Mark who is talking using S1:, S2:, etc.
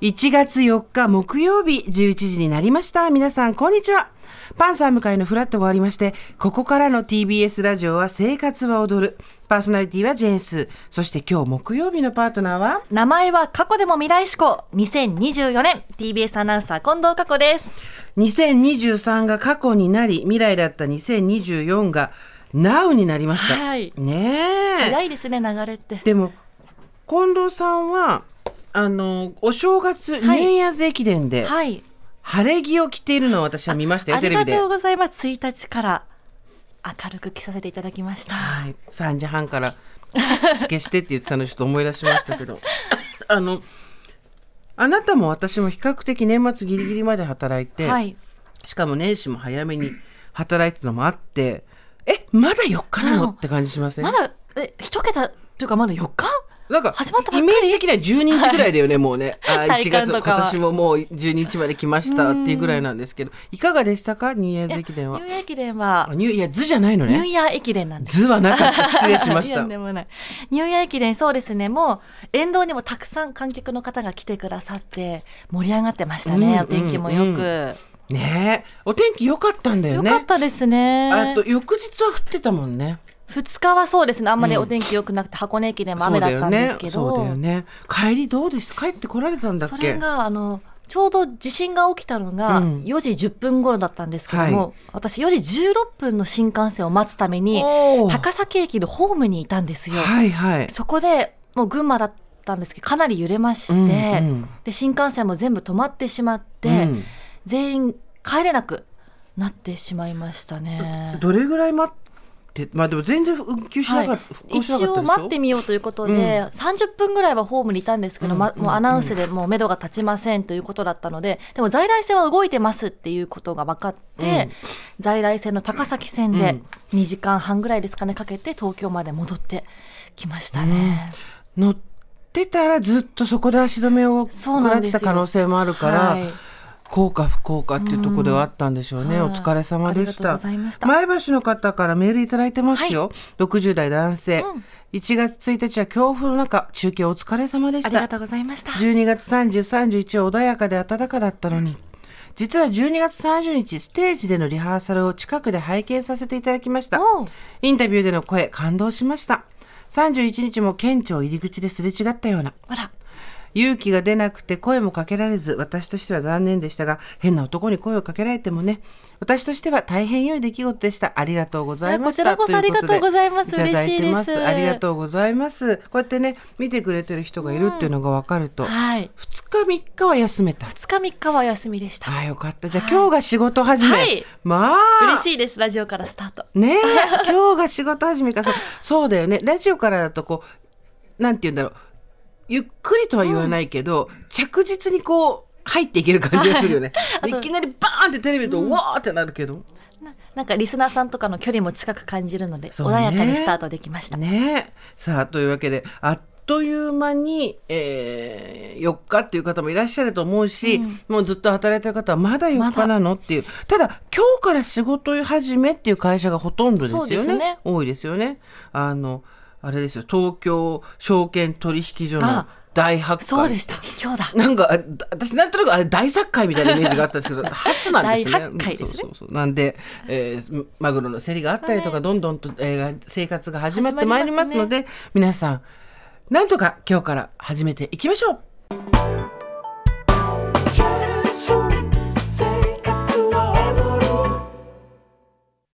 S1: 1月4日木曜日11時になりました。皆さん、こんにちは。パンサー向かいのフラットがありまして、ここからの TBS ラジオは生活は踊る。パーソナリティはジェーンス。そして今日木曜日のパートナーは
S2: 名前は過去でも未来志向。2024年 TBS アナウンサー近藤佳子です。
S1: 2023が過去になり、未来だった2024が Now になりました。はい、ね
S2: え。早いですね、流れって。
S1: でも、近藤さんは、あの、お正月、はい、ニューイヤーズ駅伝で、はい、晴れ着を着ているのを私は見ましたよ、、
S2: テレビで。ありがとうございます。1日から明るく着させていただきました。はい
S1: 3時半から、つけしてって言ってたのちょっと思い出しましたけど。 あの、あなたも私も比較的年末ギリギリまで働いて、はい、しかも年始も早めに働いてたのもあって、え、まだ4日なのって感じしません
S2: まだ、え、1桁というかまだ4日
S1: なんか始まったイメージ的には12日ぐらいだよね、はい、もうね。あ1月、今年ももう12日まで来ましたっていうぐらいなんですけど、いかがでしたかニューイヤーズ駅伝は。
S2: ニューイヤー駅伝は。
S1: ニューイヤーズじゃないのね。。
S2: ニューイヤー駅伝なんです
S1: 図はなかった。失礼しました。
S2: ニューイヤー駅伝、そうですね、もう沿道にもたくさん観客の方が来てくださって、盛り上がってましたね、うんうんうん、お天気もよく。
S1: ねお天気良かったんだよね。
S2: 良かったですね。
S1: あと、翌日は降ってたもんね。
S2: 2日はそうですねあんまりお天気よくなくて、うん、箱根駅でも雨だったんですけ
S1: ど、ねね、帰りどうです帰ってこられたんだっけ
S2: それがあのちょうど地震が起きたのが4時10分頃だったんですけども、うんはい、私4時16分の新幹線を待つために高崎駅のホームにいたんですよ。はいはい、そこでもう群馬だったんですけどかなり揺れまして、うんうん、で新幹線も全部止まってしまって、うん、全員帰れなくなってしまいましたね。
S1: どれぐらい待まあでも全然復旧しなかった、はい、
S2: 一応待ってみようということで、うん、30分ぐらいはホームにいたんですけど、うんま、もうアナウンスでもう目処が立ちませんということだったので、うん、でも在来線は動いてますっていうことが分かって、うん、在来線の高崎線で2時間半ぐらいですかねかけて東京まで戻ってきましたね。
S1: 乗ってたらずっとそこで足止めを食らってた可能性もあるから。幸か不幸かっていうところではあったんでしょうね。うん、お疲れ様でした。
S2: した
S1: 前橋の方からメールいただいてますよ。はい、60代男性。うん1月1日は強風の中、中継お疲れ様でした。あ
S2: りがとうございました。
S1: 12月30、31は穏やかで暖かだったのに。実は12月30日、ステージでのリハーサルを近くで拝見させていただきました。インタビューでの声、感動しました。31日も県庁入り口ですれ違ったような。
S2: あら。
S1: 勇気が出なくて声もかけられず、私としては残念でしたが、変な男に声をかけられてもね、私としては大変良い出来事でした。ありがとうございました。
S2: こちらこそありがとうございます。嬉しいです。
S1: ありがとうございます。こうやってね、見てくれてる人がいるっていうのが分かると、うん、はい、2日3日は休めた。
S2: 2日3日は休みでした。
S1: あ、よかった。じゃあ、はい、今日が仕事始め。はい、まあ。
S2: 嬉しいです。ラジオからスタート。
S1: ね今日が仕事始めか。そうそうだよね。ラジオからだとこう、なんて言うんだろう。ゆっくりとは言わないけど、うん、着実にこう入っていける感じがするよ ね、はい、いきなりバーンってテレビと、うん、わーってなるけど
S2: ななんかリスナーさんとかの距離も近く感じるので、ね、穏やかにスタートできました
S1: ねさあというわけであっという間に、えー、4日っていう方もいらっしゃると思うし、うん、もうずっと働いてる方はまだ4日なのっていうただ今日から仕事始めっていう会社がほとんどですよね、ね、多いですよねあのあれですよ、東京証券取引所の大発
S2: そうでした。今日だ。
S1: なんか、私なんとなくあれ大作会みたいなイメージがあったんですけ ど、初なんですね。
S2: 大発ですね。
S1: そうそうなんで、えー、マグロの競りがあったりとか、はい、どんどんと、えー、生活が始まってまいりますので、ね、皆さん、なんとか今日から始めていきましょう。